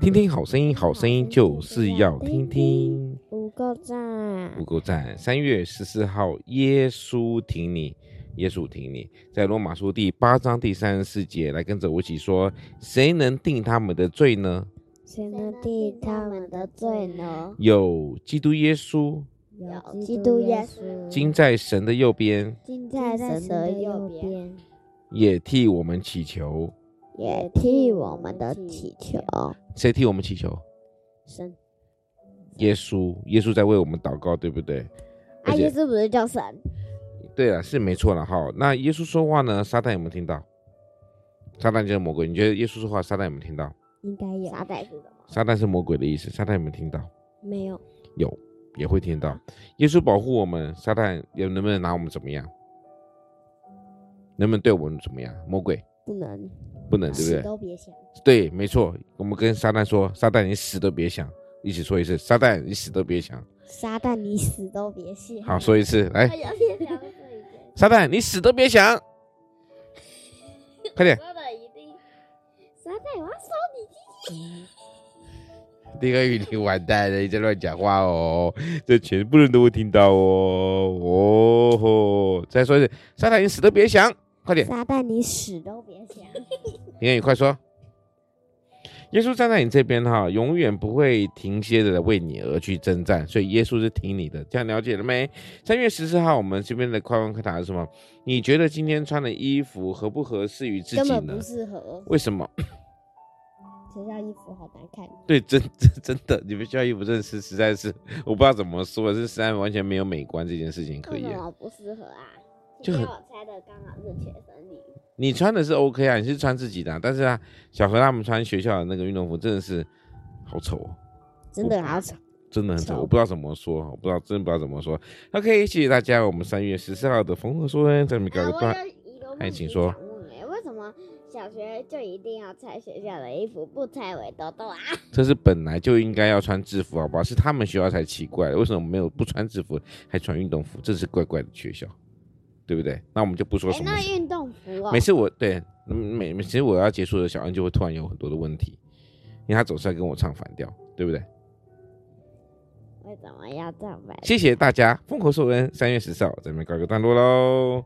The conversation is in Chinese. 听听好声音，好声音就是要听听。五个赞，不够赞。三月十四号，耶稣挺你，耶稣挺你，在罗马书第八章第三十四节，来跟着我一起说：谁能定他们的罪呢？谁能替他们的罪呢？有基督耶稣，有基督耶稣，今在神的右边，今在神的右边，也替我们祈求。也替我们的祈求。谁替我们祈求？神，耶稣，耶稣在为我们祷告，对不对？而啊，且耶稣不是叫神？对了，是没错了哈。那耶稣说话呢？撒旦有没有听到？撒旦就是魔鬼。你觉得耶稣说话，撒旦有没有听到？应该有。傻仔是什么？撒旦是魔鬼的意思，撒旦有没有听到？没有。有，也会听到。耶稣保护我们，撒旦也能不能拿我们怎么样？能不能对我们怎么样？魔鬼不能，不能，对不死对？都别想。对，没错。我们跟撒旦说：“撒旦，你死都别想。”一起说一次：“撒旦，你死都别想。撒旦，你死都别想。”好，说一次，来，哎呀，别想这一点。撒旦，你死都别 想。快点，说的一定。撒旦，我要收你鸡 第二语你完蛋了，你在乱讲话哦，这全部人都会听到哦。哦吼，再说一次，撒旦，你死都别想，快点。撒旦，你死都别想。林恩宇，快说！耶稣站在你这边哈，永远不会停歇的为你而去征战，所以耶稣是挺你的，这样了解了没？三月十四号，我们这边的快问快答是什么？你觉得今天穿的衣服合不合适于自根己本呢不？适合。为什么？ 学校衣服好难看。对，真真真的，你们学校衣服真的是实在是，我不知道怎么说，是实在完全没有美观这件事情可为以。什么不适合啊？就今很天我猜的刚好是学生礼服，你穿的是 OK 啊，你是穿自己的、啊，但是啊，小何他们穿学校的那个运动服真的是好丑哦。真的好丑。真的很丑，丑我不知道怎么说，我不知道，真的不知道怎么说。OK，谢谢大家，我们三月十四号的缝合说呢，在这里啊，搞个我段。有一个哎问请题说想问哎、为什么小学就一定要拆学校的衣服，不拆围兜兜啊？这是本来就应该要穿制服，好不好？是他们学校才奇怪，为什么没有不穿制服还穿运动服？这是怪怪的学校，对不对？那我们就不说哎、什么那事。运动服哦每，次我对嗯每每次我要结束的小安就会突然有很多的问题，因为他总是要跟我唱反调，对不对？为什么要这样摆？谢谢大家，风口受恩，三月十四号，咱们告一个段落喽。